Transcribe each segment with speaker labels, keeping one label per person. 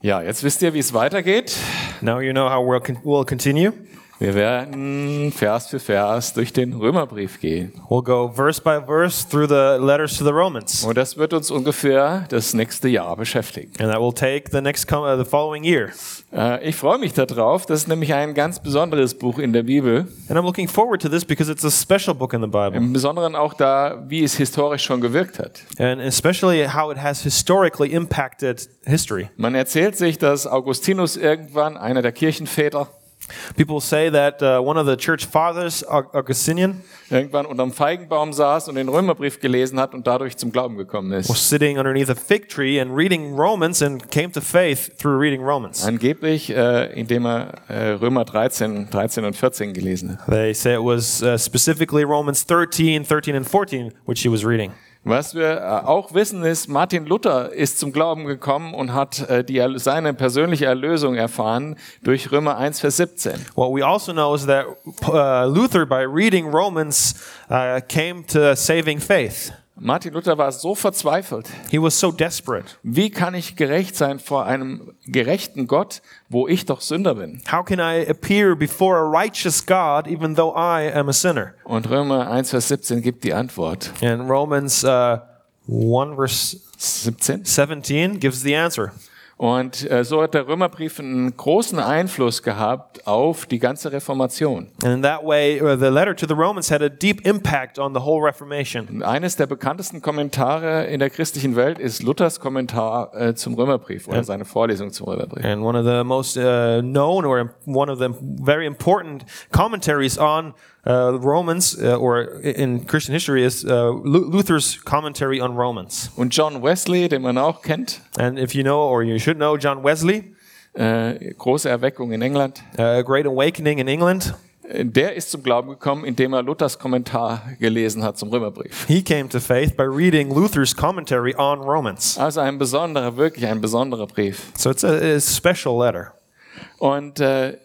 Speaker 1: Ja, jetzt wisst ihr, wie es weitergeht.
Speaker 2: Now you know how we'll, con- we'll continue.
Speaker 1: Wir werden Vers für Vers durch den Römerbrief gehen.
Speaker 2: We'll go verse by verse through the letters to the Romans,
Speaker 1: Und das wird uns ungefähr das nächste Jahr beschäftigen.
Speaker 2: and that will take the next com- uh, the following year.
Speaker 1: Äh, Ich freue mich darauf. Das ist nämlich ein ganz besonderes Buch in der Bibel.
Speaker 2: And I'm looking forward to this because it's a special book in the Bible,
Speaker 1: Im Besonderen auch da, wie es historisch schon gewirkt hat.
Speaker 2: and especially how it has historically impacted history.
Speaker 1: Man erzählt sich, dass Augustinus irgendwann, einer der Kirchenväter,
Speaker 2: People say that uh, one of the church fathers, Aug- Augustinian,
Speaker 1: irgendwann unterm Feigenbaum saß und den Römerbrief gelesen hat und dadurch zum Glauben gekommen ist.
Speaker 2: was sitting underneath a fig tree and reading Romans and came to faith through reading Romans.
Speaker 1: Angeblich, äh, indem er äh, Römer 13, 13 und 14 gelesen hat.
Speaker 2: They say it was uh, specifically Romans 13, 13, and 14, which he was reading.
Speaker 1: Was wir äh, auch wissen ist, Martin Luther ist zum Glauben gekommen und hat äh, die, Erl- seine persönliche Erlösung erfahren durch Römer 1, Vers 17.
Speaker 2: What we also know is that uh, Luther, by reading Romans, uh, came to saving faith.
Speaker 1: Martin Luther war so verzweifelt.
Speaker 2: He was so desperate.
Speaker 1: Wie kann ich gerecht sein vor einem gerechten Gott, wo ich doch Sünder bin?
Speaker 2: How can I appear before a righteous God even though I am a sinner?
Speaker 1: Und Römer 1, Vers 17 gibt die Antwort.
Speaker 2: And Romans uh, 1, verse
Speaker 1: 17.
Speaker 2: 17 gives the answer.
Speaker 1: Und äh, so hat der Römerbrief einen großen Einfluss gehabt auf die ganze Reformation.
Speaker 2: And in that way, uh, the letter to the Romans had a deep impact on the whole Reformation.
Speaker 1: Und eines der bekanntesten Kommentare in der christlichen Welt ist Luthers Kommentar äh, zum Römerbrief oder seine Vorlesung zum Römerbrief.
Speaker 2: And one of the most uh, known or one of the very important commentaries on uh, Romans uh, or in Christian history is uh, Lu- Luther's commentary on Romans.
Speaker 1: Und John Wesley, den man auch kennt,
Speaker 2: And if you know or you should know John Wesley,
Speaker 1: äh, große Erweckung in England,
Speaker 2: uh, Great Awakening in England,
Speaker 1: äh, der ist zum Glauben gekommen, indem er Luthers Kommentar gelesen hat zum Römerbrief.
Speaker 2: He came to faith by reading Luther's commentary on Romans.
Speaker 1: Also ein besonderer, wirklich ein besonderer Brief.
Speaker 2: So it's a, a special letter.
Speaker 1: Und äh,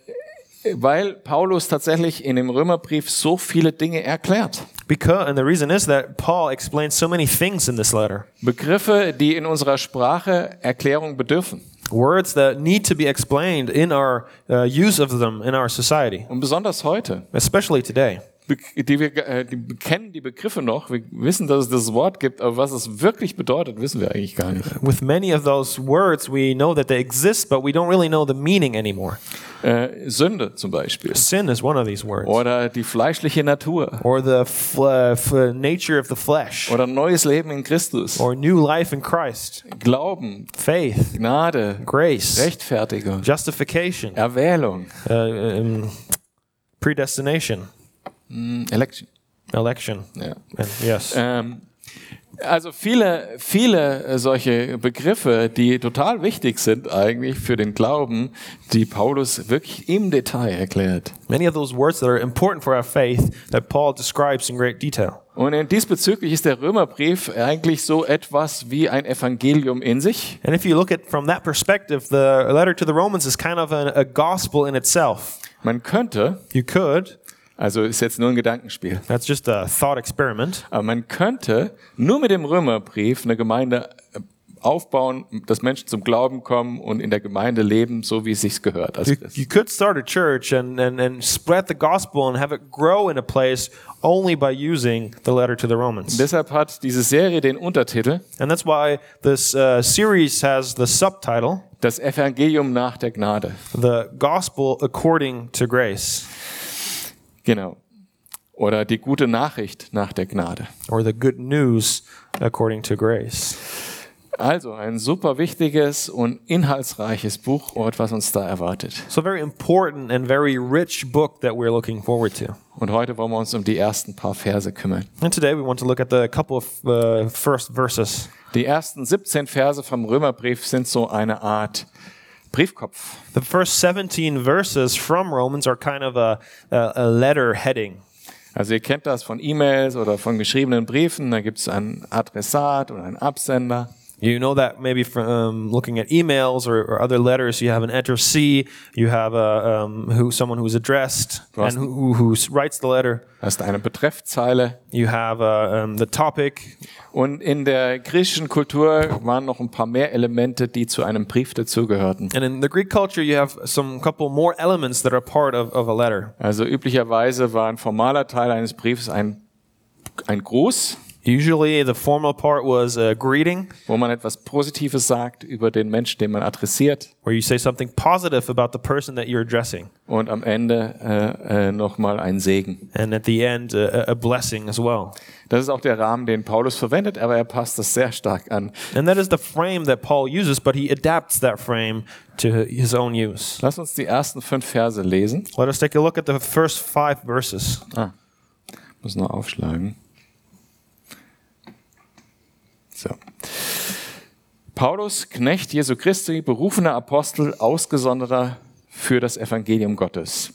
Speaker 1: weil Paulus tatsächlich in dem Römerbrief so viele Dinge erklärt.
Speaker 2: Because, and the reason is that Paul explains so many things in this letter.
Speaker 1: Begriffe, die in unserer Sprache Erklärung bedürfen.
Speaker 2: Words that need to be explained in our uh, use of them in our society,
Speaker 1: Und besonders heute.
Speaker 2: especially today.
Speaker 1: Be die wir äh, die wir kennen die Begriffe noch. Wir wissen, dass es das Wort gibt, aber was es wirklich bedeutet, wissen wir eigentlich gar nicht.
Speaker 2: With many of those words, we know that they exist, but we don't really know the meaning anymore.
Speaker 1: Äh, Sünde zum Beispiel.
Speaker 2: Sin is one of these words.
Speaker 1: Oder die fleischliche Natur.
Speaker 2: Or the fl- uh, f- nature of the flesh.
Speaker 1: Oder neues Leben in Christus.
Speaker 2: Or new life in Christ.
Speaker 1: Glauben,
Speaker 2: Faith.
Speaker 1: Gnade,
Speaker 2: Grace.
Speaker 1: Rechtfertigung,
Speaker 2: Justification.
Speaker 1: Erwählung,
Speaker 2: uh, um, predestination,
Speaker 1: Election.
Speaker 2: election.
Speaker 1: Ja.
Speaker 2: And yes.
Speaker 1: Ähm, also viele, viele äh, solche Begriffe, die total wichtig sind eigentlich für den Glauben, die Paulus wirklich im Detail erklärt.
Speaker 2: Many of those words that are important for our faith that Paul describes in great detail.
Speaker 1: Und in diesbezüglich ist der Römerbrief eigentlich so etwas wie ein Evangelium in sich.
Speaker 2: And if you look at from that perspective, the letter to the Romans is kind of an, a gospel in itself.
Speaker 1: Man könnte,
Speaker 2: You could,
Speaker 1: also ist jetzt nur ein Gedankenspiel,
Speaker 2: that's just a thought experiment,
Speaker 1: aber man könnte nur mit dem Römerbrief eine Gemeinde äh, aufbauen, dass Menschen zum Glauben kommen und in der Gemeinde leben, so wie es sich gehört. Also
Speaker 2: you, you could start a church and, and, and spread the gospel and have it grow in a place only by using the letter to the Romans.
Speaker 1: deshalb hat diese Serie den Untertitel
Speaker 2: And that's why this uh, series has the subtitle,
Speaker 1: Das Evangelium nach der Gnade.
Speaker 2: the gospel according to grace
Speaker 1: Genau. Oder die gute Nachricht nach der Gnade.
Speaker 2: or the good news according to grace
Speaker 1: Also ein super wichtiges und inhaltsreiches Buch, und was uns da erwartet.
Speaker 2: so very important and very rich book that we're looking forward to
Speaker 1: Und heute wollen wir uns um die ersten paar Verse kümmern.
Speaker 2: and today we want to look at the couple of uh, first verses
Speaker 1: Die ersten 17 Verse vom Römerbrief sind so eine Art Briefkopf.
Speaker 2: the first 17 verses from romans are kind of a, a, a letter heading
Speaker 1: Also ihr kennt das von E-Mails oder von geschriebenen Briefen. Da gibt es ein Adressat und einen Absender.
Speaker 2: You know that maybe from um, looking at emails or, or other letters, you have an addressee, you have a, um, who, someone who's addressed and
Speaker 1: hast-
Speaker 2: who, who, who s- writes the letter.
Speaker 1: Hast eine Betreffzeile.
Speaker 2: You have uh, um, the topic.
Speaker 1: Und in der griechischen Kultur waren noch ein paar mehr Elemente, die zu einem Brief dazugehörten.
Speaker 2: And in the Greek culture, you have some couple more elements that are part of, of a letter.
Speaker 1: Also üblicherweise war ein formaler Teil eines Briefes ein, ein Gruß,
Speaker 2: Usually, the formal part was a greeting,
Speaker 1: wo man etwas Positives sagt über den Menschen, den man adressiert.
Speaker 2: where you say something positive about the person that you're addressing.
Speaker 1: Und am Ende äh, äh, nochmal ein Segen.
Speaker 2: And at the end, a, a blessing as well.
Speaker 1: Das ist auch der Rahmen, den Paulus verwendet, aber er passt das sehr stark an.
Speaker 2: And that is the frame that Paul uses, but he adapts that frame to his own use.
Speaker 1: Lass uns die ersten fünf Verse lesen. Ah,
Speaker 2: Let us take a look at the first five verses.
Speaker 1: Muss nur aufschlagen. So. Paulus, Knecht Jesu Christi, berufener Apostel, ausgesonderter für das Evangelium Gottes,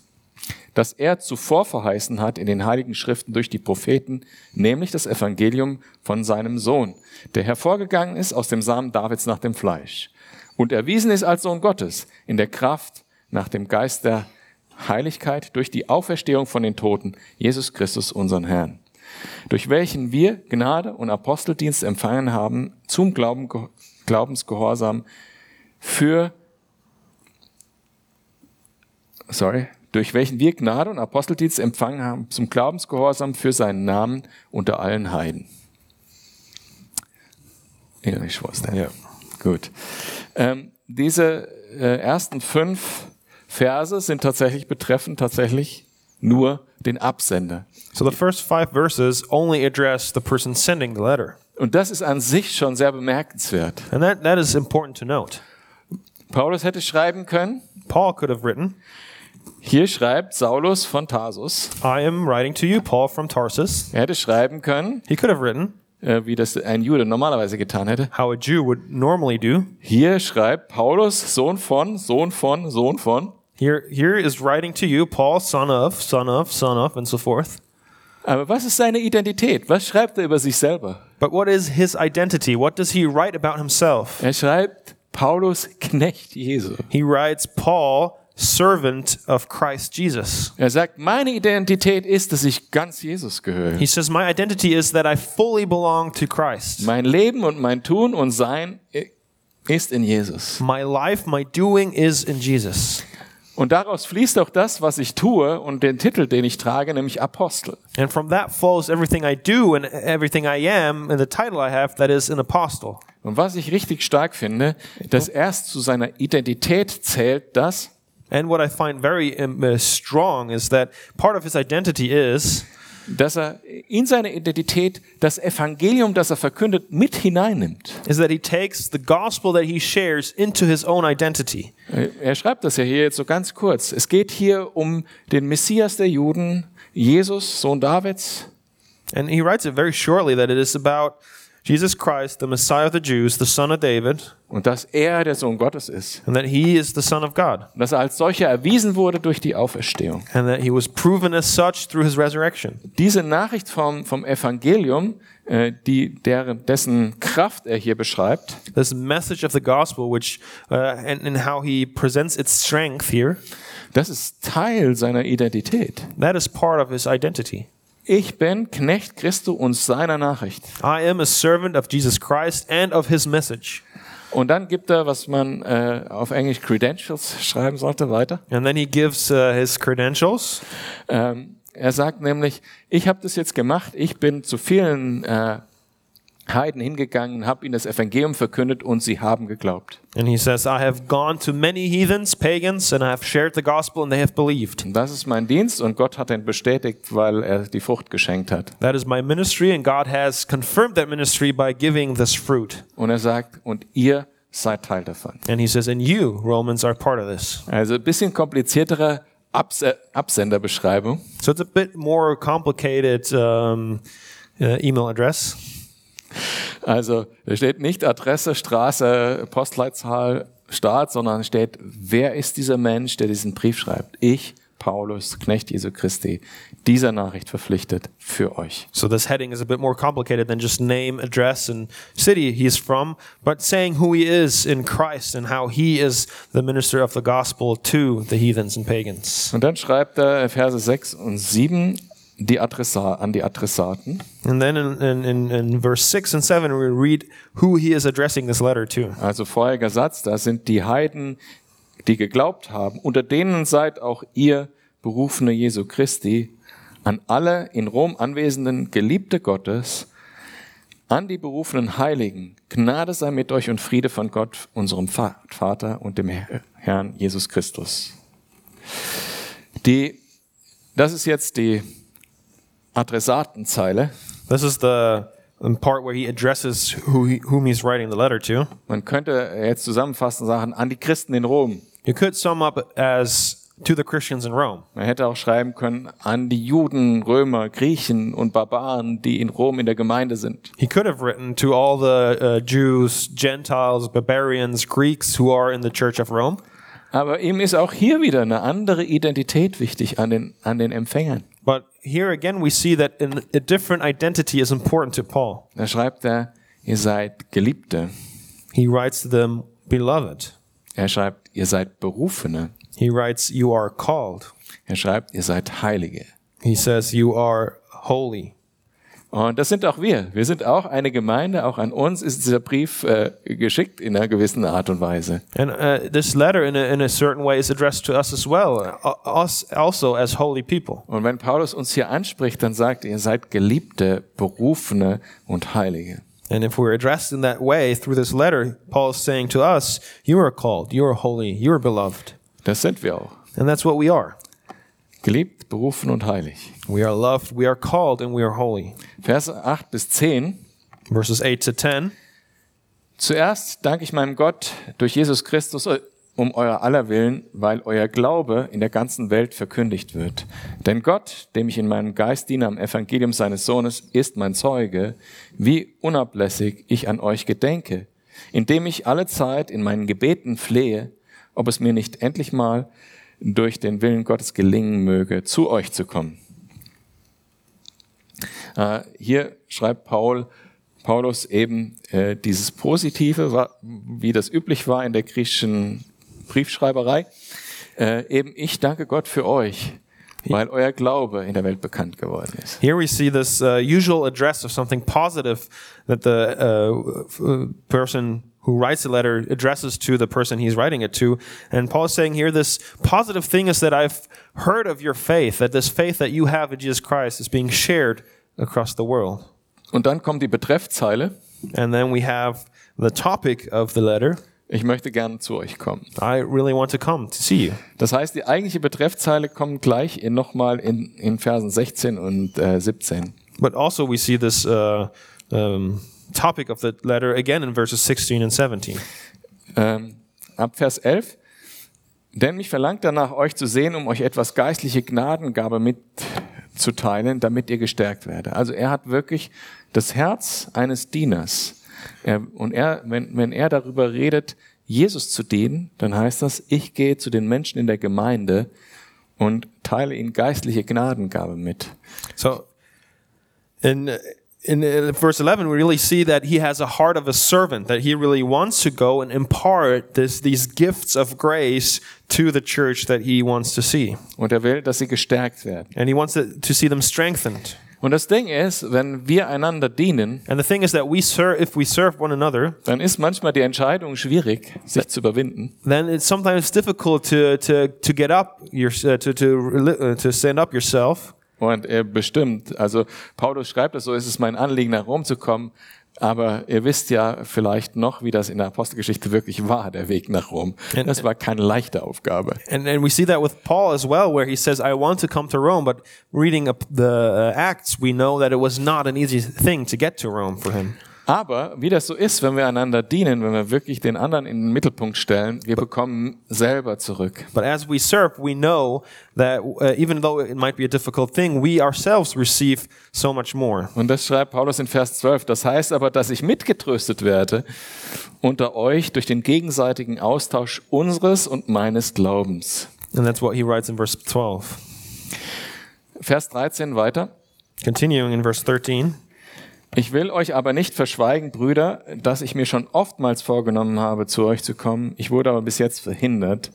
Speaker 1: das er zuvor verheißen hat in den Heiligen Schriften durch die Propheten, nämlich das Evangelium von seinem Sohn, der hervorgegangen ist aus dem Samen Davids nach dem Fleisch und erwiesen ist als Sohn Gottes in der Kraft nach dem Geist der Heiligkeit durch die Auferstehung von den Toten, Jesus Christus, unseren Herrn durch welchen wir Gnade und Aposteldienst empfangen haben zum Glauben, Glaubensgehorsam für, sorry, durch welchen wir Gnade und Aposteldienst empfangen haben zum Glaubensgehorsam für seinen Namen unter allen Heiden. Englisch was that? Ja. Gut. Ähm, diese äh, ersten fünf Verse sind tatsächlich betreffen tatsächlich nur den Absender.
Speaker 2: So the first five verses only address the person sending the letter.
Speaker 1: Und das ist an sich schon sehr bemerkenswert.
Speaker 2: And that, that is important to note.
Speaker 1: Paulus hätte schreiben können,
Speaker 2: Paul could have written,
Speaker 1: hier schreibt Saulus von Tarsus.
Speaker 2: I am writing to you, Paul from Tarsus.
Speaker 1: Er hätte schreiben können,
Speaker 2: He could have written
Speaker 1: äh, wie das ein Jude normalerweise getan hätte.
Speaker 2: how a Jew would normally do.
Speaker 1: Hier schreibt Paulus, Sohn von, Sohn von, Sohn von.
Speaker 2: Here, here is writing to you, Paul, son of, son of, son of, and so forth.
Speaker 1: Aber was ist seine Identität? Was schreibt er über sich selber?
Speaker 2: But what is his identity? What does he write about himself?
Speaker 1: Er schreibt Paulus Knecht Jesu.
Speaker 2: He writes, Paul, servant of Christ Jesus.
Speaker 1: Er sagt, meine Identität ist, dass ich ganz Jesus gehöre.
Speaker 2: He says, My identity is that I fully belong to Christ.
Speaker 1: Mein Leben und mein Tun und Sein äh, ist in Jesus.
Speaker 2: My life, my doing is in Jesus.
Speaker 1: Und daraus fließt auch das, was ich tue und den Titel, den ich trage, nämlich Apostel.
Speaker 2: And from that flows everything I do and everything I am and the title I have that is an apostle.
Speaker 1: Und was ich richtig stark finde, dass erst zu seiner Identität zählt das,
Speaker 2: And what I find very um, uh, strong is that part of his identity is
Speaker 1: dass er in seine Identität das Evangelium, das er verkündet, mit hineinnimmt.
Speaker 2: is that he takes the gospel that he shares into his own identity.
Speaker 1: Er schreibt das ja hier jetzt so ganz kurz. Es geht hier um den Messias der Juden, Jesus, Sohn Davids.
Speaker 2: And he writes it very shortly that it is about Jesus Christ, the Messiah of the Jews, the son of David,
Speaker 1: Und dass er der Sohn Gottes ist.
Speaker 2: and that he is the son of God.
Speaker 1: Und dass er als solcher erwiesen wurde durch die Auferstehung.
Speaker 2: and that he was proven as such through his resurrection.
Speaker 1: diese Nachricht vom, vom Evangelium, äh, die, deren, dessen Kraft er hier beschreibt,
Speaker 2: This message of the gospel, which uh, and, and how he presents its strength here,
Speaker 1: das ist Teil seiner Identität.
Speaker 2: that is part of his identity.
Speaker 1: Ich bin Knecht Christo und seiner Nachricht.
Speaker 2: I am a servant of Jesus Christ and of his message.
Speaker 1: Und dann gibt er, was man äh, auf Englisch Credentials schreiben sollte, weiter.
Speaker 2: And then he gives uh, his credentials.
Speaker 1: Ähm, er sagt nämlich, ich habe das jetzt gemacht, ich bin zu vielen äh, Heiden hingegangen, habe ihnen das Evangelium verkündet und sie haben geglaubt.
Speaker 2: And he says, I have gone to many heathens, pagans, and I have shared the gospel, and they have believed.
Speaker 1: Und das ist mein Dienst und Gott hat ihn bestätigt, weil er die Frucht geschenkt hat.
Speaker 2: That is my ministry, and God has confirmed that ministry by giving this fruit.
Speaker 1: Und er sagt, und ihr seid Teil davon.
Speaker 2: And he says, And you, Romans, are part of this.
Speaker 1: Also ein bisschen kompliziertere Abs äh, Absenderbeschreibung.
Speaker 2: So it's a bit more complicated um, uh, email address.
Speaker 1: Also da steht nicht Adresse, Straße, Postleitzahl, Staat, sondern steht, wer ist dieser Mensch, der diesen Brief schreibt? Ich, Paulus, Knecht Jesu Christi, dieser Nachricht verpflichtet für euch.
Speaker 2: So this heading is a bit more complicated than just name, address, and city he is from, but saying who he is in Christ and how he is the minister of the gospel to the heathens and pagans.
Speaker 1: Und dann schreibt er Verse 6 und 7 die Adressa an die Adressaten,
Speaker 2: And then in, in, in, in verse 6 and 7, we read who he is addressing this letter to.
Speaker 1: also vorheriger Satz, da sind die Heiden, die geglaubt haben, unter denen seid auch ihr Berufene Jesu Christi, an alle in Rom anwesenden Geliebte Gottes, an die berufenen Heiligen, Gnade sei mit euch und Friede von Gott, unserem Fa- Vater und dem Herr- Herrn Jesus Christus. Die, das ist jetzt die Adressatenzeile.
Speaker 2: This is the um, part where he addresses who he, whom he's writing the letter to.
Speaker 1: Man könnte jetzt zusammenfassen und sagen, an die Christen in Rom.
Speaker 2: You could sum up as to the Christians in Rome.
Speaker 1: Man hätte auch schreiben können, an die Juden, Römer, Griechen und Barbaren, die in Rom in der Gemeinde sind.
Speaker 2: He could have written to all the uh, Jews, Gentiles, barbarians, Greeks who are in the church of Rome.
Speaker 1: Aber ihm ist auch hier wieder eine andere Identität wichtig an den, an den Empfängern.
Speaker 2: But here again, we see that an, a different identity is important to Paul.
Speaker 1: Da schreibt er, ihr seid Geliebte.
Speaker 2: He writes to them, beloved.
Speaker 1: Er schreibt, ihr seid Berufene.
Speaker 2: He writes, you are called.
Speaker 1: Er schreibt, ihr seid Heilige.
Speaker 2: He says, you are holy.
Speaker 1: Und das sind auch wir. Wir sind auch eine Gemeinde. Auch an uns ist dieser Brief äh, geschickt in einer gewissen Art und Weise.
Speaker 2: And uh, this letter, in a, in a certain way, is addressed to us as well, uh, us also as holy people.
Speaker 1: Und wenn Paulus uns hier anspricht, dann sagt er, ihr seid Geliebte, Berufene und Heilige.
Speaker 2: And if we're addressed in that way through this letter, Paul is saying to us, You are called, you are holy, you are beloved.
Speaker 1: Das sind wir auch.
Speaker 2: And that's what we are.
Speaker 1: Geliebt, berufen und heilig.
Speaker 2: We are loved, we are called, and we are holy.
Speaker 1: Verse 8 bis 10.
Speaker 2: Verses 8 to 10.
Speaker 1: Zuerst danke ich meinem Gott durch Jesus Christus eu- um euer aller Willen, weil euer Glaube in der ganzen Welt verkündigt wird. Denn Gott, dem ich in meinem Geist diene am Evangelium seines Sohnes, ist mein Zeuge, wie unablässig ich an euch gedenke, indem ich alle Zeit in meinen Gebeten flehe, ob es mir nicht endlich mal durch den Willen Gottes gelingen möge, zu euch zu kommen. Äh, hier schreibt Paul, Paulus eben äh, dieses Positive, wa- wie das üblich war in der griechischen Briefschreiberei. Äh, eben ich danke Gott für euch, weil euer Glaube in der Welt bekannt geworden ist.
Speaker 2: Here we see this uh, usual address of something positive that the uh, f- uh, person who writes the letter addresses to the person he's writing it to. And Paul is saying here, this positive thing is that I've heard of your faith, that this faith that you have in Jesus Christ is being shared across the world.
Speaker 1: Und dann kommt die Betreffzeile.
Speaker 2: And then we have the topic of the letter.
Speaker 1: Ich möchte gerne zu euch kommen.
Speaker 2: I really want to come to see you.
Speaker 1: Das heißt, die eigentliche Betreffzeile kommt gleich in, nochmal in, in Versen 16 und äh, 17.
Speaker 2: But also, we see this uh, um, topic of the letter again in verses 16 and 17.
Speaker 1: Ähm, ab Vers 11. Denn mich verlangt danach, euch zu sehen, um euch etwas geistliche Gnadengabe mitzuteilen, damit ihr gestärkt werde. Also er hat wirklich das Herz eines Dieners. Er, und er, wenn, wenn er darüber redet, Jesus zu dienen, dann heißt das, ich gehe zu den Menschen in der Gemeinde und teile ihnen geistliche Gnadengabe mit.
Speaker 2: So, in in uh, verse eleven, we really see that he has a heart of a servant; that he really wants to go and impart this these gifts of grace to the church that he wants to see,
Speaker 1: Und er will, dass sie gestärkt werden.
Speaker 2: and he wants to, to see them strengthened.
Speaker 1: Und das Ding ist, wenn wir einander dienen,
Speaker 2: And the thing is that we serve if we serve one another,
Speaker 1: dann ist manchmal die Entscheidung schwierig, sich zu überwinden.
Speaker 2: then it's sometimes difficult to to to get up your uh, to to reli- uh, to stand up yourself.
Speaker 1: Und äh, bestimmt, also Paulus schreibt es so, es ist mein Anliegen, nach Rom zu kommen. Aber ihr wisst ja vielleicht noch, wie das in der Apostelgeschichte wirklich war, der Weg nach Rom. Das war keine leichte Aufgabe.
Speaker 2: And, and we see that with Paul as well, where he says, I want to come to Rome. But reading up the uh, Acts, we know that it was not an easy thing to get to Rome for him.
Speaker 1: Aber wie das so ist, wenn wir einander dienen, wenn wir wirklich den anderen in den Mittelpunkt stellen, wir bekommen selber zurück.
Speaker 2: But as we serve, we know that uh, even though it might be a difficult thing, we ourselves receive so much more.
Speaker 1: Und das schreibt Paulus in Vers 12. Das heißt aber, dass ich mitgetröstet werde unter euch durch den gegenseitigen Austausch unseres und meines Glaubens.
Speaker 2: And that's what he writes in verse 12.
Speaker 1: Vers 13 weiter.
Speaker 2: Continuing in verse 13.
Speaker 1: Ich will euch aber nicht verschweigen, Brüder, dass ich mir schon oftmals vorgenommen habe, zu euch zu kommen. Ich wurde aber bis jetzt verhindert,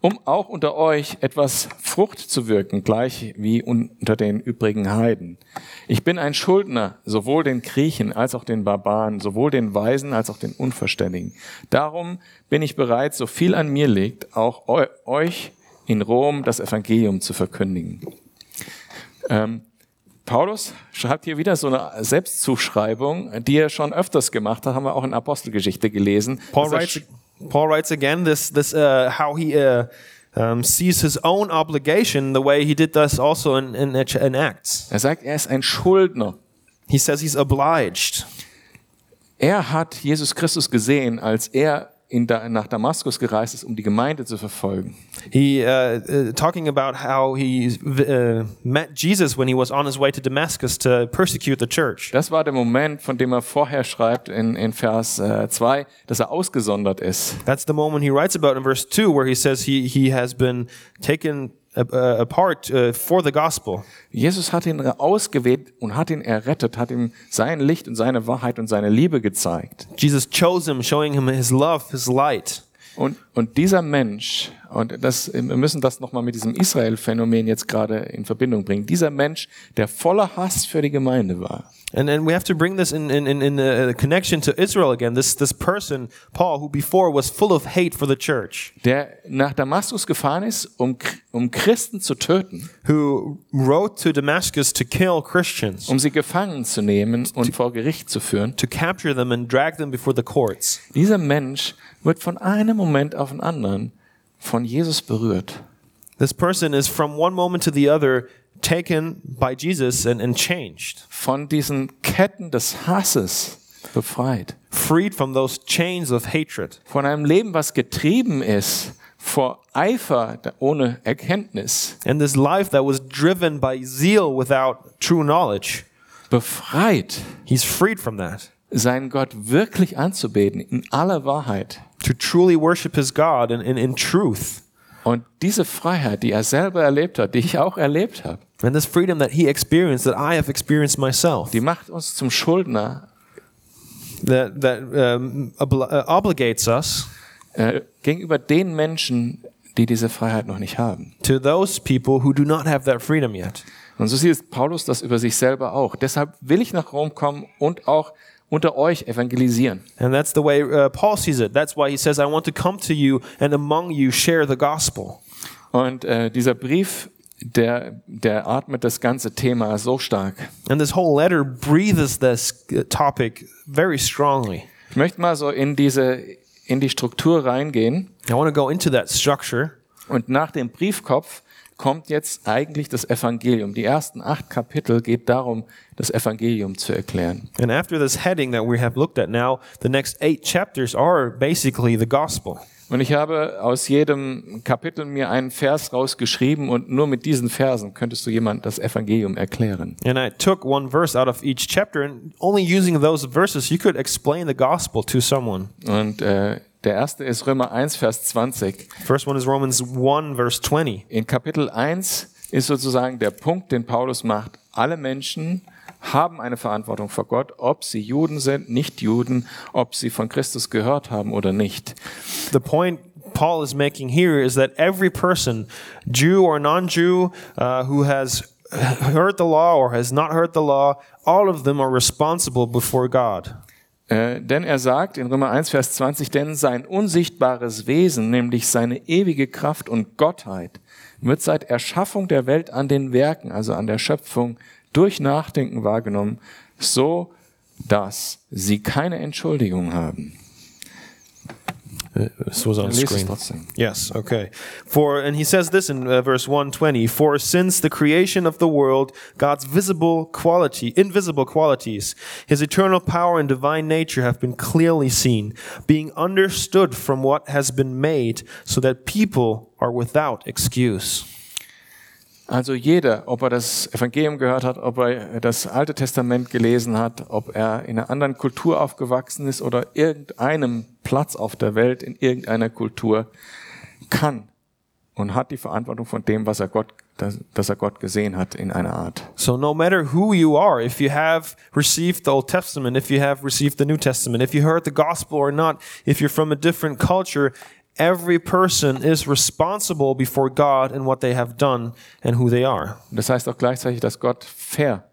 Speaker 1: um auch unter euch etwas Frucht zu wirken, gleich wie un- unter den übrigen Heiden. Ich bin ein Schuldner, sowohl den Griechen als auch den Barbaren, sowohl den Weisen als auch den Unverständigen. Darum bin ich bereit, so viel an mir liegt, auch eu- euch in Rom das Evangelium zu verkündigen. Paulus schreibt hier wieder so eine Selbstzuschreibung, die er schon öfters gemacht hat, haben wir auch in Apostelgeschichte gelesen.
Speaker 2: Paul
Speaker 1: Dass er
Speaker 2: writes, Paul writes again this, this uh, how he uh, um, sees his own obligation the way he did this also in, in, in Acts.
Speaker 1: Er sagt, er ist ein Schuldner.
Speaker 2: He says he's obliged.
Speaker 1: Er hat Jesus Christus gesehen, als er in da, nach Damaskus gereist ist, um die Gemeinde zu verfolgen.
Speaker 2: He uh, uh, talking about how he uh, met Jesus when he was on his way to Damascus to persecute the church.
Speaker 1: Das war der Moment, von dem er vorher schreibt in, in Vers 2, dass er ausgesondert ist.
Speaker 2: That's the moment he writes about in verse two, where he says he he has been taken uh, uh, apart uh, for the gospel.
Speaker 1: Jesus hat ihn ausgewählt und hat ihn errettet, hat ihm sein Licht und seine Wahrheit und seine Liebe gezeigt.
Speaker 2: Jesus chose him, showing him his love, his light.
Speaker 1: Und, und dieser Mensch, und das, wir müssen das nochmal mit diesem Israel-Phänomen jetzt gerade in Verbindung bringen, dieser Mensch, der voller Hass für die Gemeinde war,
Speaker 2: And and we have to bring this in in in, in the uh, connection to Israel again. This this person Paul, who before was full of hate for the church,
Speaker 1: der nach Damaskus gefahren ist, um, Ch- um Christen zu töten,
Speaker 2: who rode to Damascus to kill Christians,
Speaker 1: um sie gefangen zu nehmen und vor Gericht zu führen,
Speaker 2: to capture them and drag them before the courts.
Speaker 1: dieser Mensch wird von einem Moment auf den anderen von Jesus berührt.
Speaker 2: This person is from one moment to the other taken by Jesus and, and changed,
Speaker 1: Von diesen Ketten des Hasses befreit.
Speaker 2: freed from those chains of hatred,
Speaker 1: Von einem Leben, was getrieben ist vor Eifer ohne Erkenntnis.
Speaker 2: and this life that was driven by zeal without true knowledge.
Speaker 1: befreit,
Speaker 2: He's freed from that
Speaker 1: seinen Gott wirklich anzubeten in aller Wahrheit.
Speaker 2: to truly worship his God in, in, in truth.
Speaker 1: Und diese Freiheit, die er selber erlebt hat, die ich auch erlebt habe,
Speaker 2: And this freedom that he experienced, that I have experienced myself,
Speaker 1: die macht uns zum Schuldner
Speaker 2: that, that um, obli- uh, obligates us
Speaker 1: äh, gegenüber den Menschen, die diese Freiheit noch nicht haben.
Speaker 2: to those people who do not have that freedom yet.
Speaker 1: Und so sieht Paulus das über sich selber auch. Deshalb will ich nach Rom kommen und auch unter euch evangelisieren.
Speaker 2: And that's the way uh, Paul sees it. That's why he says, I want to come to you and among you share the gospel.
Speaker 1: Und äh, dieser Brief, der, der atmet das ganze Thema so stark.
Speaker 2: And this whole letter breathes this uh, topic very strongly.
Speaker 1: Ich möchte mal so in diese, in die Struktur reingehen.
Speaker 2: I want to go into that structure.
Speaker 1: Und nach dem Briefkopf kommt jetzt eigentlich das Evangelium. Die ersten acht Kapitel geht darum, das Evangelium zu erklären.
Speaker 2: And after this heading that we have looked at now, the next eight chapters are basically the gospel.
Speaker 1: Und ich habe aus jedem Kapitel mir einen Vers rausgeschrieben und nur mit diesen Versen könntest du jemand das Evangelium erklären.
Speaker 2: And I took one verse out of each chapter, and only using those verses, you could explain the gospel to someone.
Speaker 1: Und äh, der erste ist Römer 1, Vers 20.
Speaker 2: First one is Romans 1, verse 20.
Speaker 1: In Kapitel 1 ist sozusagen der Punkt, den Paulus macht. Alle Menschen haben eine Verantwortung vor Gott, ob sie Juden sind, nicht Juden, ob sie von Christus gehört haben oder nicht.
Speaker 2: The point Paul is making here is that every person, Jew or non Jew, uh, who has heard the law or has not heard the law, all of them are responsible before God.
Speaker 1: Äh, denn er sagt in Römer 1, Vers 20, denn sein unsichtbares Wesen, nämlich seine ewige Kraft und Gottheit, wird seit Erschaffung der Welt an den Werken, also an der Schöpfung, durch Nachdenken wahrgenommen, so dass sie keine Entschuldigung haben.
Speaker 2: This was on
Speaker 1: Lies es trotzdem.
Speaker 2: Yes, okay. For and he says this in uh, verse 120, for since the creation of the world, God's visible quality, invisible qualities, his eternal power and divine nature have been clearly seen, being understood from what has been made, so that people are without excuse.
Speaker 1: Also jeder, ob er das Evangelium gehört hat, ob er das Alte Testament gelesen hat, ob er in einer anderen Kultur aufgewachsen ist oder irgendeinem Platz auf der Welt in irgendeiner Kultur, kann und hat die Verantwortung von dem, was er Gott, das, das er Gott gesehen hat in einer Art.
Speaker 2: So, no matter who you are, if you have received the Old Testament, if you have received the New Testament, if you heard the gospel or not, if you're from a different culture, every person is responsible before God in what they have done and who they are.
Speaker 1: Und das heißt auch gleichzeitig, dass Gott fair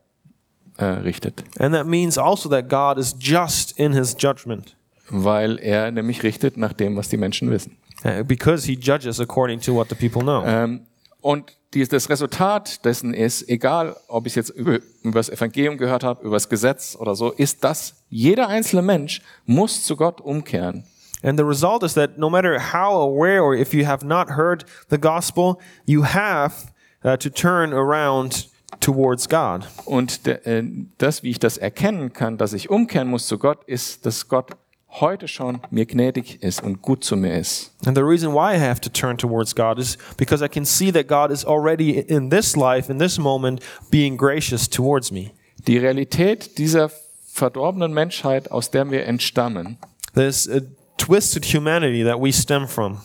Speaker 1: äh, richtet,
Speaker 2: And that means also that God is just in his judgment
Speaker 1: weil er nämlich richtet nach dem, was die Menschen wissen.
Speaker 2: uh, because he judges according to what the people know.
Speaker 1: Ähm, und dies, das Resultat dessen ist, egal ob ich es jetzt über, über das Evangelium gehört habe, über das Gesetz oder so, ist, dass jeder einzelne Mensch muss zu Gott umkehren.
Speaker 2: And the result is that no matter how aware or if you have not heard the gospel, you have uh, to turn around towards God.
Speaker 1: Und der, äh, das, wie ich das erkennen kann, dass ich umkehren muss zu Gott, ist, dass Gott heute schon mir gnädig ist und gut zu mir ist.
Speaker 2: And the reason why I have to turn towards God is because I can see that God is already in this life, in this moment, being gracious towards me.
Speaker 1: Die Realität dieser verdorbenen Menschheit, aus der wir entstammen,
Speaker 2: This uh, twisted humanity that we stem from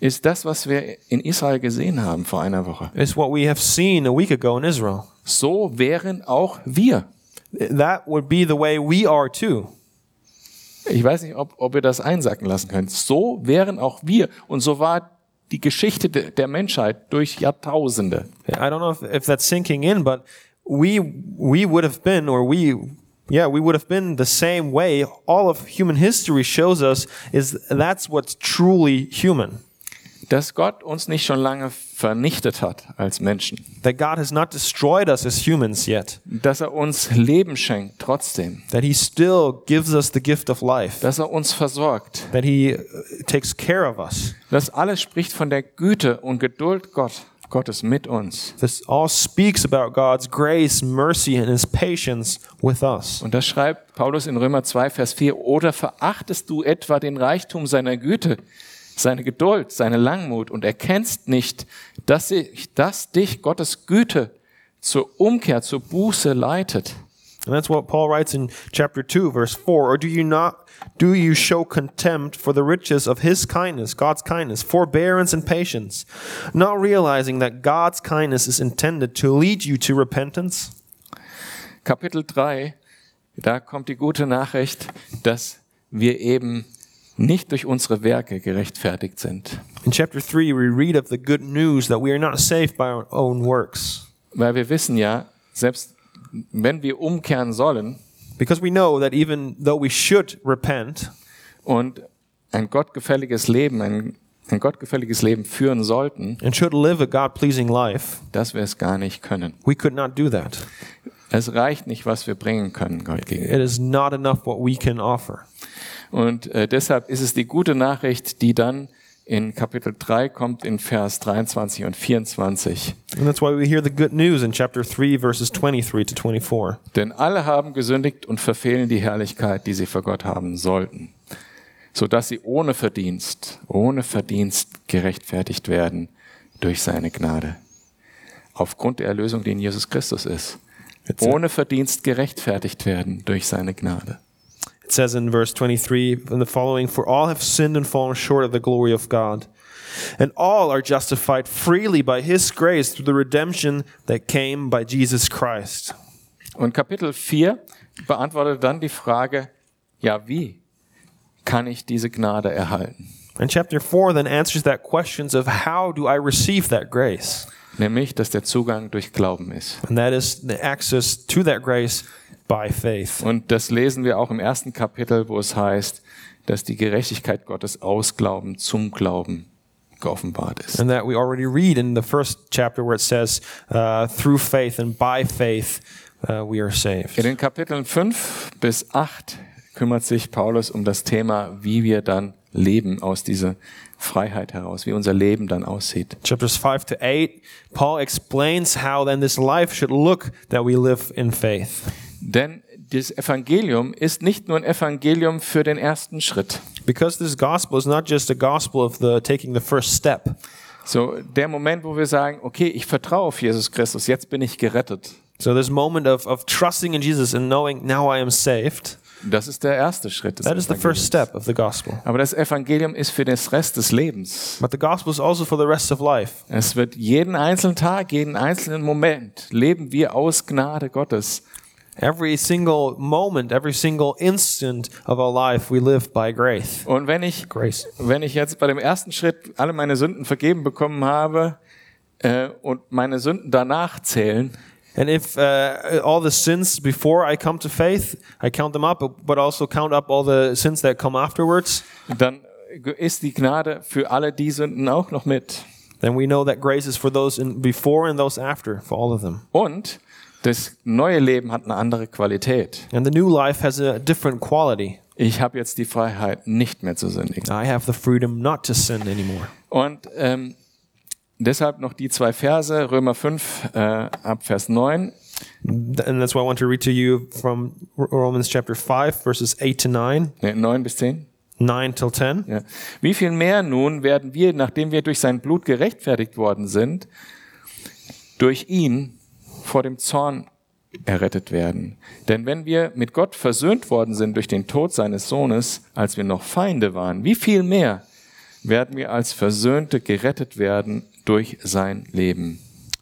Speaker 1: ist das, was wir in Israel gesehen haben vor einer Woche.
Speaker 2: is what we have seen a week ago in Israel.
Speaker 1: So wären auch wir.
Speaker 2: That would be the way we are too.
Speaker 1: Ich weiß nicht, ob, ob ihr das einsacken lassen könnt. So wären auch wir. Und so war die Geschichte de- der Menschheit durch Jahrtausende.
Speaker 2: I don't know if, if that's sinking in, but we we would have been, or we, yeah, we would have been the same way. All of human history shows us is that's what's truly human.
Speaker 1: Dass Gott uns nicht schon lange vernichtet hat als Menschen.
Speaker 2: That God has not destroyed us as humans yet.
Speaker 1: dass er uns Leben schenkt trotzdem,
Speaker 2: That He still gives us the gift of life.
Speaker 1: dass er uns versorgt.
Speaker 2: That He uh, takes care of us.
Speaker 1: Das alles spricht von der Güte und Geduld Gott, Gottes mit uns.
Speaker 2: This all speaks about God's grace, mercy, and His patience with us.
Speaker 1: Und das schreibt Paulus in Römer 2, Vers 4, oder verachtest du etwa den Reichtum seiner Güte, seine Geduld, seine Langmut und erkennst nicht, dass, ich, dass dich Gottes Güte zur Umkehr, zur Buße leitet.
Speaker 2: And that's what Paul writes in chapter 2 verse 4, or do you not do you show contempt for the riches of his kindness, God's kindness, forbearance and patience, not realizing that God's kindness is intended to lead you to repentance?
Speaker 1: Kapitel 3, da kommt die gute Nachricht, dass wir eben nicht durch unsere Werke gerechtfertigt sind.
Speaker 2: In chapter 3 we read of the good news that we are not saved by our own works,
Speaker 1: Weil wir wissen ja, selbst wenn wir umkehren sollen
Speaker 2: because we know that even though we should repent
Speaker 1: und ein gottgefälliges Leben, ein, ein gottgefälliges Leben führen sollten,
Speaker 2: and should live a God-pleasing life,
Speaker 1: dass wir es gar nicht können.
Speaker 2: we could not do that.
Speaker 1: Es reicht nicht, was wir bringen können Gott gegenüber.
Speaker 2: It is not enough what we can offer.
Speaker 1: Und äh, deshalb ist es die gute Nachricht, die dann in Kapitel 3 kommt, in Vers 23 und 24.
Speaker 2: And that's why we hear the good news in chapter 3, verses 23 to 24.
Speaker 1: Denn alle haben gesündigt und verfehlen die Herrlichkeit, die sie vor Gott haben sollten, sodass sie ohne Verdienst, ohne Verdienst gerechtfertigt werden durch seine Gnade. Aufgrund der Erlösung, die in Jesus Christus ist. Ohne Verdienst gerechtfertigt werden durch seine Gnade.
Speaker 2: It says in verse 23 and the following For all have sinned and fallen short of the glory of God, and all are justified freely by his grace through the redemption that came by Jesus Christ.
Speaker 1: Und Kapitel 4 beantwortet dann die Frage, ja, wie kann ich diese Gnade erhalten?
Speaker 2: And chapter 4 then answers that questions of how do I receive that grace?
Speaker 1: Nämlich, dass der Zugang durch Glauben ist.
Speaker 2: And that is the access to that grace by faith.
Speaker 1: Und das lesen wir auch im ersten Kapitel, wo es heißt, dass die Gerechtigkeit Gottes aus Glauben zum Glauben geoffenbart ist.
Speaker 2: And that we already read in the first chapter where it says, uh, through faith and by faith uh, we are saved.
Speaker 1: In den Kapiteln 5 bis 8 kümmert sich Paulus um das Thema, wie wir dann leben aus dieser Freiheit heraus, wie unser Leben dann aussieht.
Speaker 2: chapters 5 to 8 paul explains how then this life should look that we live in faith
Speaker 1: Denn das Evangelium ist nicht nur ein Evangelium für den ersten Schritt.
Speaker 2: because this gospel is not just a gospel of the taking the first step
Speaker 1: So der Moment, wo wir sagen, okay, ich vertraue auf Jesus Christus, jetzt bin ich gerettet.
Speaker 2: so this moment of, of trusting in jesus and knowing now i am saved
Speaker 1: Das ist der erste Schritt. Des
Speaker 2: That is the first
Speaker 1: Evangeliums.
Speaker 2: step of the gospel.
Speaker 1: Aber das Evangelium ist für den Rest des Lebens.
Speaker 2: But the gospel is also for the rest of life.
Speaker 1: Es wird jeden einzelnen Tag, jeden einzelnen Moment leben wir aus Gnade Gottes.
Speaker 2: Every single moment, every single instant of our life, we live by grace.
Speaker 1: Und wenn ich,
Speaker 2: Grace.
Speaker 1: wenn ich jetzt bei dem ersten Schritt alle meine Sünden vergeben bekommen habe äh, und meine Sünden danach zählen,
Speaker 2: And if uh, all the sins before I come to faith, I count them up, but, but also count up all the sins that come afterwards,
Speaker 1: dann ist die Gnade für alle die Sünden auch noch mit.
Speaker 2: then we know that grace is for those in before and those after, for all of them.
Speaker 1: Und das neue Leben hat eine andere Qualität.
Speaker 2: And the new life has a different quality.
Speaker 1: Ich habe jetzt die Freiheit, nicht mehr zu sündigen.
Speaker 2: I have the freedom not to sin anymore.
Speaker 1: Und ähm, deshalb noch die zwei Verse, Römer 5 äh, ab Vers 9.
Speaker 2: Th- And that's why I want to read to you from R- Romans chapter 5, verses 8 to 9,
Speaker 1: Ne, 9 bis 10.
Speaker 2: 9 till 10.
Speaker 1: Ja. Wie viel mehr nun werden wir, nachdem wir durch sein Blut gerechtfertigt worden sind, durch ihn vor dem Zorn errettet werden? Denn wenn wir mit Gott versöhnt worden sind durch den Tod seines Sohnes, als wir noch Feinde waren, wie viel mehr werden wir als Versöhnte gerettet werden durch sein Leben?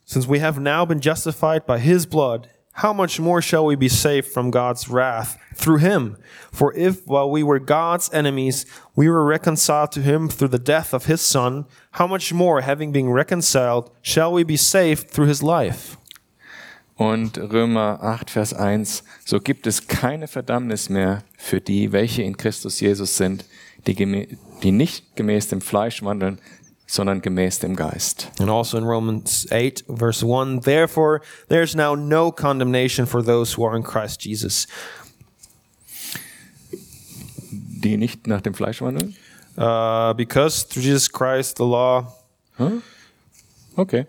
Speaker 2: Since we have now been justified by his blood, how much more shall we be saved from God's wrath through him? For if, while we were God's enemies, we were reconciled to him through the death of his son, how much more, having been reconciled, shall we be saved through his life?
Speaker 1: Und Römer 8, Vers 1, so gibt es keine Verdammnis mehr für die, welche in Christus Jesus sind, die, gemä- die nicht gemäß dem Fleisch wandeln, sondern gemäß dem Geist.
Speaker 2: And also in Romans 8, verse 1, therefore, there's now no condemnation for those who are in Christ Jesus.
Speaker 1: Die nicht nach dem Fleisch wandeln?
Speaker 2: Uh, because through Jesus Christ, the law,
Speaker 1: Okay.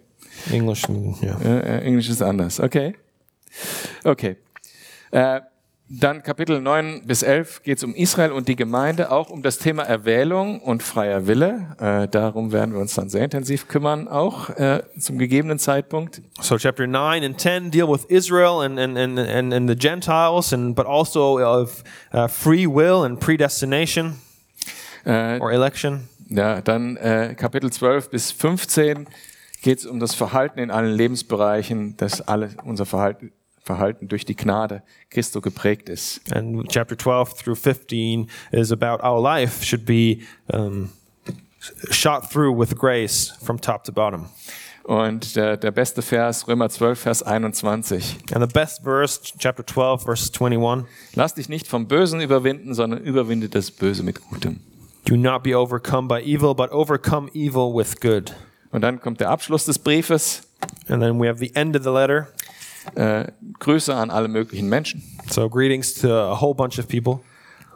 Speaker 2: English, yeah.
Speaker 1: Äh, äh, Englisch ist anders. Okay. Okay. Äh, dann Kapitel 9 bis 11 geht es um Israel und die Gemeinde, auch um das Thema Erwählung und freier Wille. Äh, darum werden wir uns dann sehr intensiv kümmern, auch äh, zum gegebenen Zeitpunkt.
Speaker 2: So chapter nine and ten deal with Israel and and and and, and the Gentiles, and but also of uh, free will and predestination
Speaker 1: Äh,
Speaker 2: or election.
Speaker 1: Ja, dann äh, Kapitel 12 bis 15 geht es um das Verhalten in allen Lebensbereichen, dass alle unser Verhalten, Verhalten durch die Gnade Christo geprägt ist.
Speaker 2: And chapter twelve through fifteen is about our life should be um, shot through with grace from top to bottom.
Speaker 1: Und der, der beste Vers, Römer 12, Vers 21.
Speaker 2: And the best verse, chapter twelve, verse twenty-one:
Speaker 1: Lass dich nicht vom Bösen überwinden, sondern überwinde das Böse mit Gutem.
Speaker 2: Do not be overcome by evil, but overcome evil with good.
Speaker 1: Und dann kommt der Abschluss des Briefes.
Speaker 2: And then we have the end of the letter.
Speaker 1: Äh, Grüße an alle möglichen Menschen.
Speaker 2: So greetings to a whole bunch of people.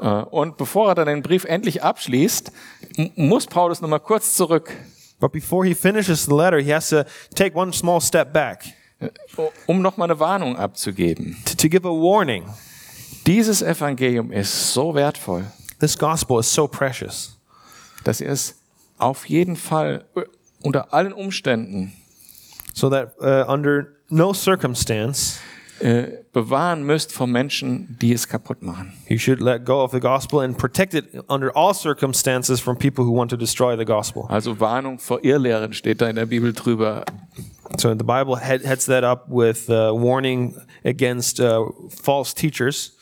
Speaker 1: Äh, und bevor er dann den Brief endlich abschließt, m- muss Paulus nochmal kurz zurück,
Speaker 2: But before he finishes the letter, he has to take one small step back
Speaker 1: äh, um nochmal eine Warnung abzugeben.
Speaker 2: to, to give a warning.
Speaker 1: Dieses Evangelium ist so wertvoll,
Speaker 2: This gospel is so precious
Speaker 1: dass ihr es auf jeden Fall äh, unter allen Umständen
Speaker 2: so that uh, under no circumstance
Speaker 1: äh, bewahren müsst vor Menschen, die es kaputt machen.
Speaker 2: you should let go of the gospel and protect it under all circumstances from people who want to destroy the gospel.
Speaker 1: Also Warnung vor Irrlehren steht da in der Bibel drüber.
Speaker 2: So the Bible head, heads that up with uh, warning against uh, false teachers.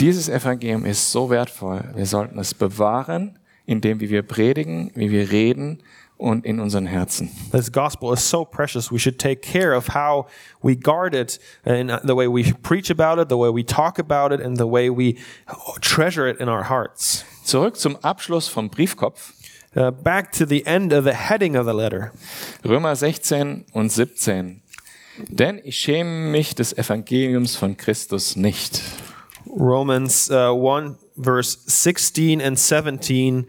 Speaker 1: Dieses Evangelium ist so wertvoll. Wir sollten es bewahren, indem wie wir predigen, wie wir reden und in unseren Herzen.
Speaker 2: This gospel is so precious. We should take care of how we guard it and the way we preach about it, the way we talk about it, and the way we treasure it in our hearts.
Speaker 1: Zurück zum Abschluss vom Briefkopf.
Speaker 2: Uh, back to the end of the heading of the letter.
Speaker 1: Römer 16 und 17. Denn ich schäme mich des Evangeliums von Christus nicht.
Speaker 2: Romans uh, 1, verse 16 and 17.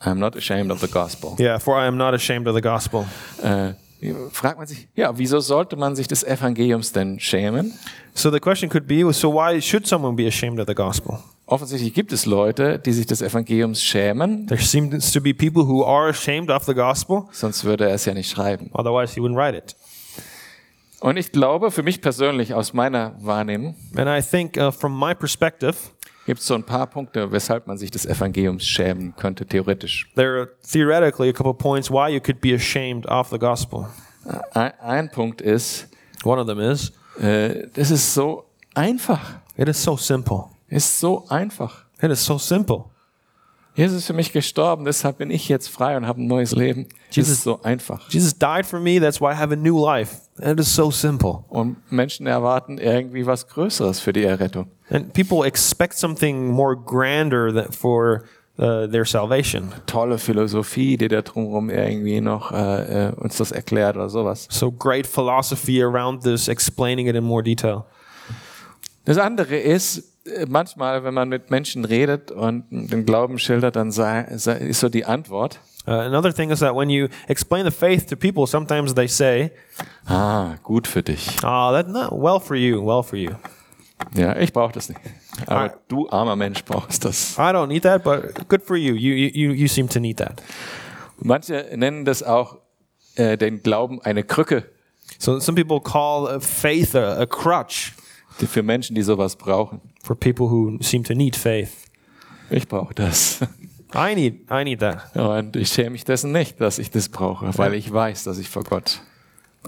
Speaker 1: I'm not ashamed of the gospel.
Speaker 2: Yeah, for I am not ashamed of the gospel.
Speaker 1: Äh, fragt man sich, ja, wieso sollte man sich des Evangeliums denn schämen?
Speaker 2: So the question could be so why should someone be ashamed of the gospel?
Speaker 1: Offensichtlich gibt es Leute, die sich des Evangeliums schämen,
Speaker 2: There seems to be people who are ashamed of the gospel,
Speaker 1: sonst würde er es ja nicht schreiben.
Speaker 2: otherwise, he wouldn't write it.
Speaker 1: Und ich glaube, für mich persönlich, aus meiner Wahrnehmung,
Speaker 2: And I think, uh, from my perspective,
Speaker 1: gibt es so ein paar Punkte, weshalb man sich des Evangeliums schämen könnte, theoretisch.
Speaker 2: there are theoretically a couple points why you could be ashamed of the gospel.
Speaker 1: Ein, ein Punkt ist,
Speaker 2: One of them is
Speaker 1: äh, das ist so einfach.
Speaker 2: it is so simple.
Speaker 1: Ist so einfach.
Speaker 2: It is so simple.
Speaker 1: Jesus ist für mich gestorben, deshalb bin ich jetzt frei und habe ein neues Leben. Jesus ist so einfach.
Speaker 2: Jesus died for me. That's why I have a new life. It is so simple.
Speaker 1: Und Menschen erwarten irgendwie was Größeres für die Errettung.
Speaker 2: And people expect something more grander that for uh, their salvation.
Speaker 1: Tolle Philosophie, die da drumherum irgendwie noch äh, äh, uns das erklärt oder sowas.
Speaker 2: So great philosophy around this, explaining it in more detail.
Speaker 1: Das andere ist, äh, manchmal, wenn man mit Menschen redet und den Glauben schildert, dann sei, sei, ist so die Antwort,
Speaker 2: Uh, another thing is that when you explain the faith to people, sometimes they say,
Speaker 1: ah, gut für dich.
Speaker 2: "Ah, that not well for you, well for you."
Speaker 1: Ja, ich brauche das nicht. Aber
Speaker 2: Ah.
Speaker 1: du armer Mensch brauchst das.
Speaker 2: I don't need that, but good for you. You you you- you seem to need that.
Speaker 1: Manche nennen das auch äh, den Glauben eine Krücke
Speaker 2: So some people call uh, faith a, a crutch
Speaker 1: die- für Menschen, die sowas brauchen.
Speaker 2: for people who seem to need faith.
Speaker 1: Ich brauche das.
Speaker 2: I need I need that.
Speaker 1: Und ich schäme mich dessen nicht, dass ich das brauche, weil ich weiß, dass ich vor Gott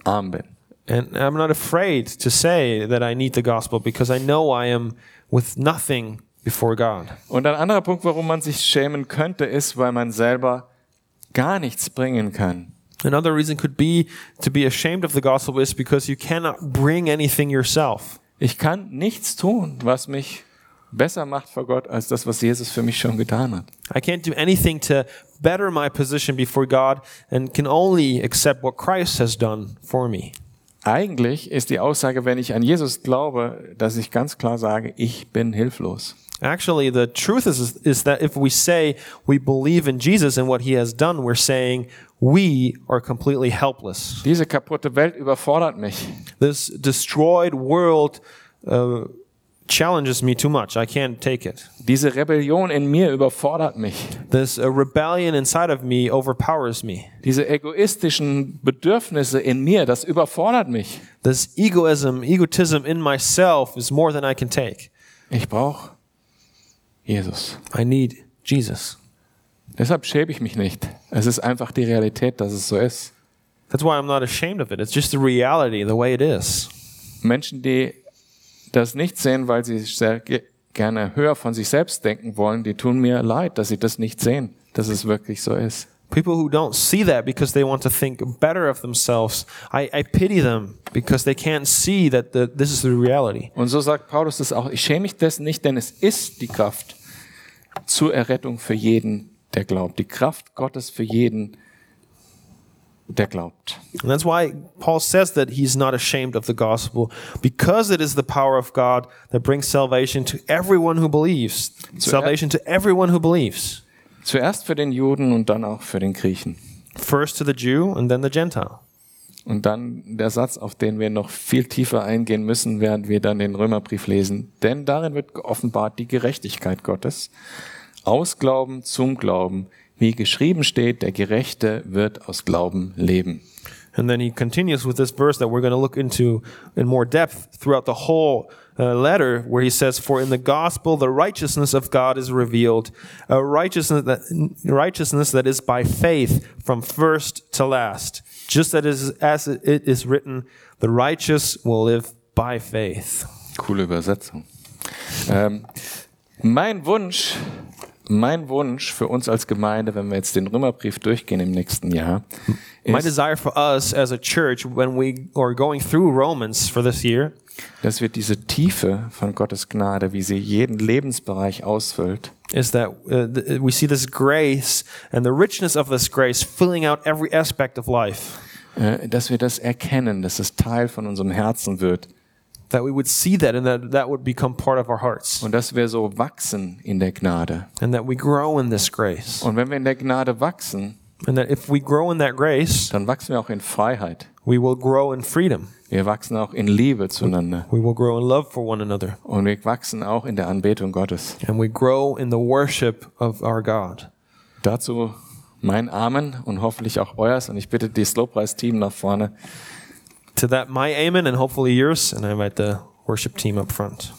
Speaker 1: arm bin.
Speaker 2: And I'm not afraid to say that I need the gospel because I know I am with nothing before God.
Speaker 1: Und ein anderer Punkt, warum man sich schämen könnte, ist, weil man selber gar nichts bringen kann.
Speaker 2: Another reason could be to be ashamed of the gospel is because you cannot bring anything yourself.
Speaker 1: Ich kann nichts tun, was mich besser macht vor Gott, als das, was Jesus für mich schon getan hat.
Speaker 2: I can't do anything to better my position before God and can only accept what Christ has done for me.
Speaker 1: Eigentlich ist die Aussage, wenn ich an Jesus glaube, dass ich ganz klar sage, ich bin hilflos.
Speaker 2: Actually, the truth is, is that if we say we believe in Jesus and what he has done, we're saying we are completely helpless.
Speaker 1: Diese kaputte Welt überfordert mich.
Speaker 2: This destroyed world uh, challenges me too much. I can't take it.
Speaker 1: Diese Rebellion in mir überfordert mich.
Speaker 2: This uh, rebellion inside of me overpowers me.
Speaker 1: Diese egoistischen Bedürfnisse in mir, das überfordert mich.
Speaker 2: This egoism, egotism in myself is more than I can take.
Speaker 1: Ich brauche Jesus.
Speaker 2: I need Jesus.
Speaker 1: Deshalb schäme ich mich nicht. Es ist einfach die Realität, dass es so ist.
Speaker 2: That's why I'm not ashamed of it. It's just the reality, the way it is.
Speaker 1: Menschen, die das nicht sehen, weil sie sehr ge- gerne höher von sich selbst denken wollen, die tun mir leid, dass sie das nicht sehen, dass es wirklich so ist.
Speaker 2: People who don't see that because they want to think better of themselves, I, I pity them because they can't see that the, this is the reality.
Speaker 1: Und so sagt Paulus das auch. Ich schäme mich dessen nicht, denn es ist die Kraft zur Errettung für jeden, der glaubt. Die Kraft Gottes für jeden, der glaubt.
Speaker 2: And that's why Paul says that he's not ashamed of the gospel because it is the power of God that brings salvation to everyone who believes. Salvation to everyone who believes.
Speaker 1: Zuerst für den Juden und dann auch für den Griechen.
Speaker 2: First to the Jew and then the Gentile.
Speaker 1: Und dann der Satz, auf den wir noch viel tiefer eingehen müssen, während wir dann den Römerbrief lesen. Denn darin wird offenbart die Gerechtigkeit Gottes. Aus Glauben zum Glauben. Wie geschrieben steht, der Gerechte wird aus Glauben leben.
Speaker 2: And then he continues with this verse that we're going to look into in more depth throughout the whole uh, letter, where he says, "For in the gospel the righteousness of God is revealed, a righteousness that righteousness that is by faith from first to last, just that is as it is written, the righteous will live by faith."
Speaker 1: Coole Übersetzung. Ähm, mein Wunsch, mein Wunsch für uns als Gemeinde, wenn wir jetzt den Römerbrief durchgehen im nächsten Jahr,
Speaker 2: My
Speaker 1: ist,
Speaker 2: desire for us as a church, when we are going through Romans for this year,
Speaker 1: dass wir diese Tiefe von Gottes Gnade, wie sie jeden Lebensbereich ausfüllt,
Speaker 2: is that uh, th- we see this grace and the richness of this grace filling out every aspect of life.
Speaker 1: äh, dass wir das erkennen, dass es Teil von unserem Herzen wird
Speaker 2: That we would see that and that that would become part of our hearts.
Speaker 1: und dass wir so wachsen in der Gnade.
Speaker 2: And that we grow in this grace.
Speaker 1: Und wenn wir in der Gnade wachsen,
Speaker 2: And that if we grow in that grace,
Speaker 1: dann wachsen wir auch in Freiheit.
Speaker 2: we will grow in freedom.
Speaker 1: Wir wachsen auch in Liebe zueinander
Speaker 2: We will grow in love for one another.
Speaker 1: und wir wachsen auch in der Anbetung Gottes.
Speaker 2: And we grow in the worship of our God.
Speaker 1: Dazu mein Amen und hoffentlich auch euers. Und ich bitte die Slowpreis-Team nach vorne,
Speaker 2: To that, my amen, and hopefully yours. And I invite the worship team up front.